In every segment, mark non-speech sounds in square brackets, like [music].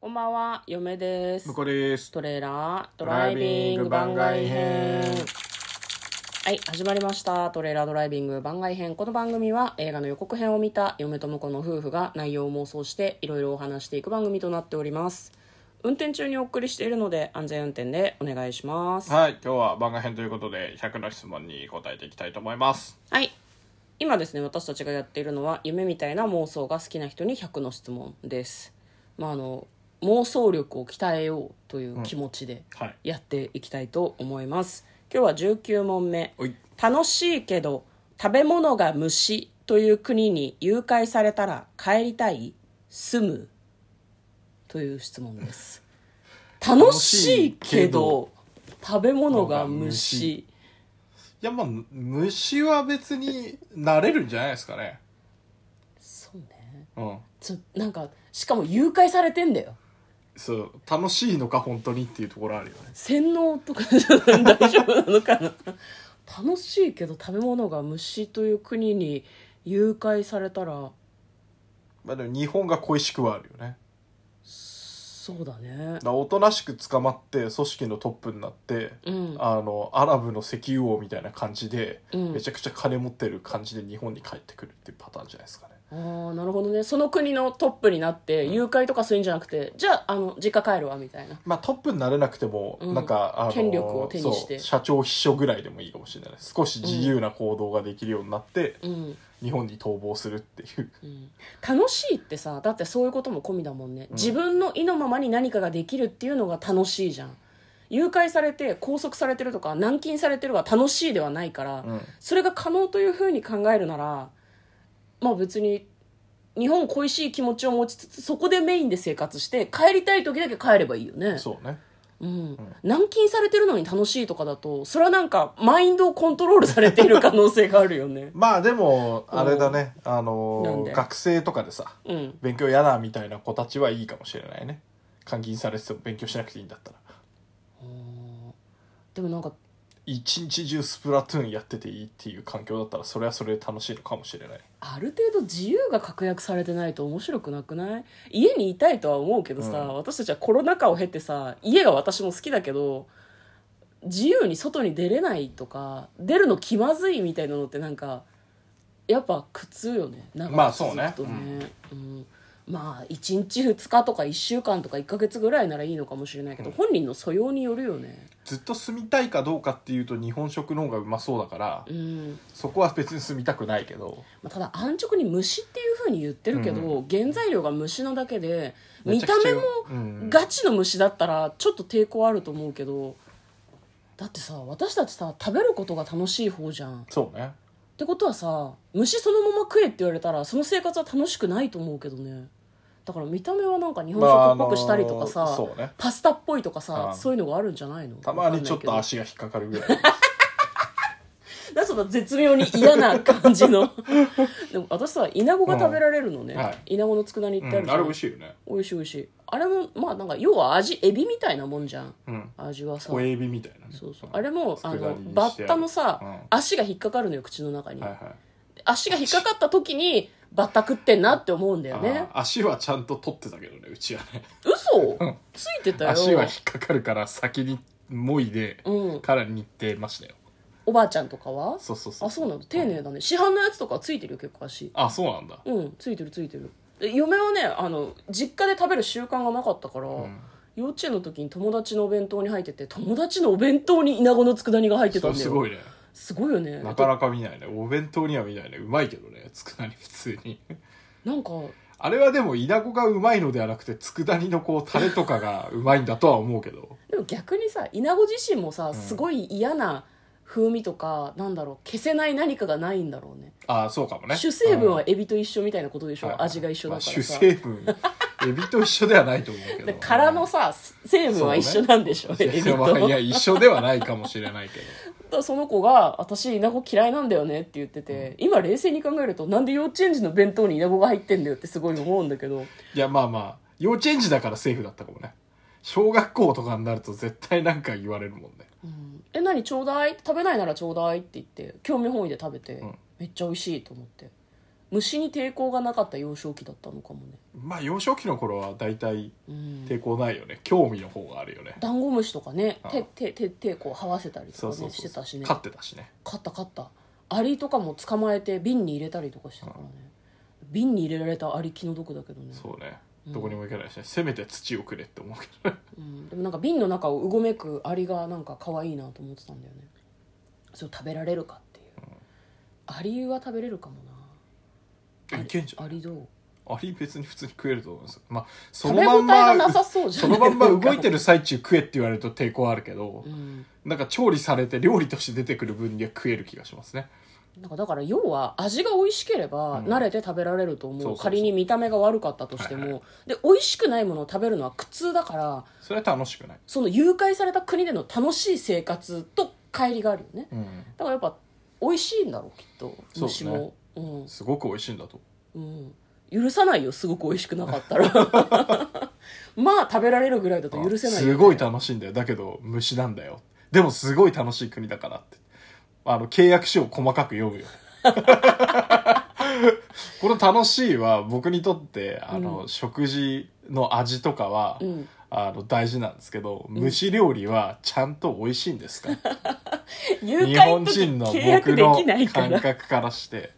こんばんは、嫁です向。こうです。トレーラードライビング番外編。はい、始まりました。トレーラードライビング番外編。この番組は映画の予告編を見た嫁と婿の夫婦が内容を妄想していろいろお話していく番組となっております。運転中にお送りしているので安全運転でお願いします。はい、今日は番外編ということで、100の質問に答えていきたいと思います。はい。今ですね、私たちがやっているのは、夢みたいな妄想が好きな人に100の質問です。まあ、あの、妄想力を鍛えようという気持ちではい。やっていきたいと思います。今日は19問目。おい。楽しいけど、食べ物が虫という国に誘拐されたら帰りたい住むという質問です。楽しいけど、食べ物が虫。いや、まあ、む虫は別に慣れるんじゃないですかね。そうね。うん。ちょなんかしかも誘拐されてんだよそう、楽しいのか、本当にっていうところあるよね。洗脳とか大丈夫なのかな楽しいけど食べ物が虫という国に誘拐されたらまあでも日本が恋しくはあるよね。そうだねだからおとなしく捕まって、組織のトップになって、うんあの、アラブの石油王みたいな感じで、うんめちゃくちゃ金持ってる感じで日本に帰ってくるっていうパターンじゃないですかね。あーなるほどねその国のトップになって誘拐とかするんじゃなくてじゃああの実家帰るわみたいなまあ、トップになれなくても、うんなんかあの権力を手にしてそう社長秘書ぐらいでもいいかもしれないです少し自由な行動ができるようになって、うん、日本に逃亡するっていううん、楽しいってさだってそういうことも込みだもんね、自分の意のままに何かができるっていうのが楽しいじゃん誘拐されて拘束されてるとか軟禁されてるは楽しいではないから、うんそれが可能というふうに考えるならまあ別に日本恋しい気持ちを持ちつつそこでメインで生活して帰りたい時だけ帰ればいいよねそうねうん、軟禁されてるのに楽しいとかだとそれはなんかマインドをコントロールされている可能性があるよねまあでもあれだねあなんので学生とかでさうん勉強嫌だみたいな子たちはいいかもしれないね監禁されてても勉強しなくていいんだったらでもなんか一日中スプラトゥーンやってていいっていう環境だったらそれはそれで楽しいのかもしれないある程度自由が確約されてないと面白くなくない家にいたいとは思うけどさ、うん私たちはコロナ禍を経てさ家が私も好きだけど自由に外に出れないとか出るの気まずいみたいなのってなんかやっぱ苦痛よね長まあく続くとそうねねうんまあ1日2日とか1週間とか1ヶ月ぐらいならいいのかもしれないけど、うん本人の素養によるよねずっと住みたいかどうかっていうと日本食の方がうまそうだから、うんそこは別に住みたくないけどまあ、ただ安直に虫っていうふうに言ってるけど、う原材料が虫なだけでめ見ちゃたくちゃ目もうんガチの虫だったらちょっと抵抗あると思うけどだってさ私たちさ食べることが楽しい方じゃんっそうねてことはさ虫そのまま食えって言われたらその生活は楽しくないと思うけどねだから見た目はなんか日本食っぽくしたりとかさ、まああのそうねパスタっぽいとかさ、うんそういうのがあるんじゃないのたまにちょっとわかんない足が引っかかるぐらいけどだからその絶妙に嫌な感じ [laughs] のでも私さイナゴが食べられるのね、うんはイナゴの佃煮ってあるうじんゃん、あれ美味しいよね美味しい美味しいあれもまあなんか要は味エビみたいなもんじゃんうん味はさ小エビみたいなねそうそうんあれもあ佃煮のにしてバッタのさ、うん足が引っかかるのよ口の中に、はいはい足が引っかかった時にバッタ食ってんなって思うんだよねあー足はちゃんと取ってたけどねうちはね嘘ついてたよ足は引っかかるから先にもいでうんからに行ってましたよおばあちゃんとかはそうそうそうあそうなの丁寧だね市販のやつとかはついてるよ結構足あそうなんだうんついてるついてるで嫁はねあの実家で食べる習慣がなかったから、うん幼稚園の時に友達のお弁当に入ってて友達のお弁当にイナゴの佃煮が入ってそたんれだよすごいねすごいよねなかなか見ないねお弁当には見ないねうまいけどね佃煮普通になんかあれはでもイナゴがうまいのではなくて佃煮のこうタレとかがうまいんだとは思うけどでも逆にさイナゴ自身もさすごい嫌な風味とか、なんだろう消せない何かがないんだろうねああそうかもね主成分うんはエビと一緒みたいなことでしょ、はいはい味が一緒だからまあさ、主成分エビと一緒では [laughs] ないと思うけどで殻のさ成分は一緒なんでしょ、いやエビまあいやと一緒ではないかもしれないけどその子が「私イナゴ嫌いなんだよね」って言ってて、今冷静に考えるとなんで幼稚園児の弁当にイナゴが入ってんだよってすごい思うんだけどいやまあまあ幼稚園児だからセーフだったかもね小学校とかになると絶対なんか言われるもんね「え何ちょうだい食べないならちょうだい」って言って興味本位で食べて、んめっちゃ美味しいと思って虫に抵抗がなかった幼少期だったのかもね、まあ幼少期の頃は大体うん、抵抗ないよね興味の方があるよねダンゴムシとかねああ手手手手こう這わせたりそとうかそうねそうしてたしね飼ってたしね買った買ったアリとかも捕まえて瓶に入れたりとかしてたからね瓶に入れられたアリ気の毒だけどねそうねうんどこにも行けないしねせめて土をくれって思うけどねうん、でもなんか瓶の中をうごめくアリがなんか可愛いなと思ってたんだよねそれを食べられるかっていう、アリは食べれるかもなえいけんじゃんアリどうアリ別に普通に食えると思いますまあそ食のべま応えんがなまさそうじゃそんのまんま動いてる、る最中食えって言われると抵抗はあるけどうん、なんか調理されて料理として出てくる分には食える気がしますねなんかだから要は味が美味しければうん慣れて食べられると思う,、そうそうそう仮に見た目が悪かったとしても、はいで美味しくないものを食べるのは苦痛だからそれは楽しくない、その誘拐された国での楽しい生活と乖離があるよねうん、だからやっぱ美味しいんだろうきっとそうね虫もう,、すごく美味しいんだとん、うん、許さないよすごく美味しくなかったら [laughs] まあ食べられるぐらいだと許せないよね、すごい楽しいんだよだけど虫なんだよでもすごい楽しい国だからってあの契約書を細かく読む [laughs] よこの「楽しい」は僕にとってあの、食事の味とかは、うんあの大事なんですけど虫料理はちゃんと美味しいんで [laughs] すか、誘日拐本と人の契約僕でのきないか感ら覚からして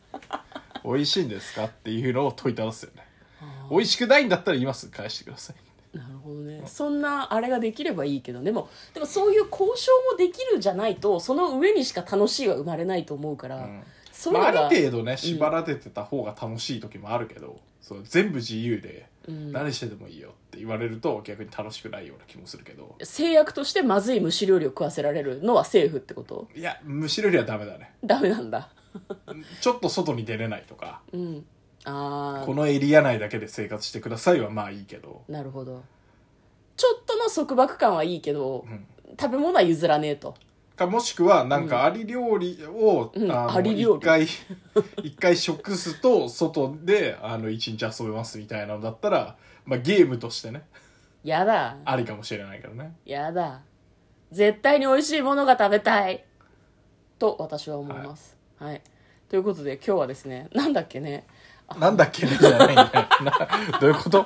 美味しいんですかっていうのを問いただすよねあー美味しくないんだったら今すぐ返してくださいなるほどねそんなあれができればいいけどでもでもそういう交渉もできるじゃないとその上にしか楽しいは生まれないと思うから、うんそういまうあ、のあが、る程度ね縛られてた方が楽しい時もあるけど、そう全部自由でうん何してでもいいよって言われると逆に楽しくないような気もするけど制約としてまずい虫料理を食わせられるのはセーフってこといやむしろよりはダメだねダメなんだちょっと外に出れないとかうんあこのエリア内だけで生活してくださいはまあいいけど、あなるほどちょっとの束縛感はいいけどうん、食べ物は譲らねえとかもしくはなんかアリ料理を、うんあのアリ料理一回 [laughs] 一回食すと外であの一日遊べますみたいなのだったら、まあ、ゲームとしてねやだありかもしれないけどねやだ絶対に美味しいものが食べたいと私は思いますはい、ということで今日はですねなんだっけねなんだっけねじゃないんだよな [laughs] どういうこと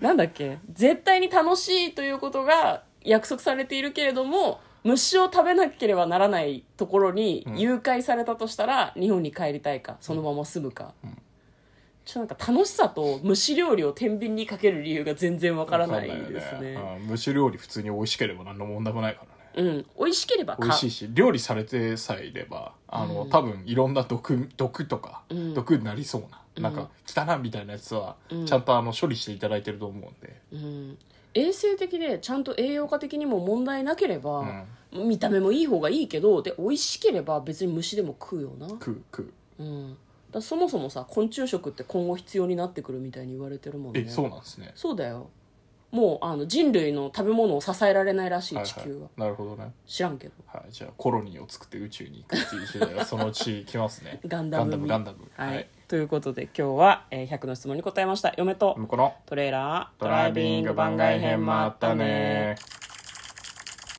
なんだっけ絶対に楽しいということが約束されているけれども虫を食べなければならないところにうん誘拐されたとしたら、日本に帰りたいかそのまま住むか、ちょっとなんか楽しさと虫料理を天秤にかける理由が全然わからないですねうん虫料理普通に美味しければ何の問題もないからねうん美味しければ美買味しいし料理されてさえいればあの、うん多分いろんな毒毒とか、うん毒になりそうななんうんか汚いみたいなやつは、うんちゃんとあの処理していただいてると思うんで、うん、衛生的でちゃんと栄養価的にも問題なけれうばん、見た目もいい方がいいけどで美味しければ別に虫でも食うよな食う食ううん、だからそもそもさ昆虫食って今後必要になってくるみたいに言われてるもんねえそうなんですねそうだよもうあの人類の食べ物を支えられないらしいはい地球は、はい、なるほどね、知らんけどはい、じゃあコロニーを作って宇宙に行くっていう時代はそのうち来ますね [laughs] ガンダムにガンダムガンダムはい、ということで今日は、えー100の質問に答えました嫁と向こうのトレーラードライビング番外編もあったね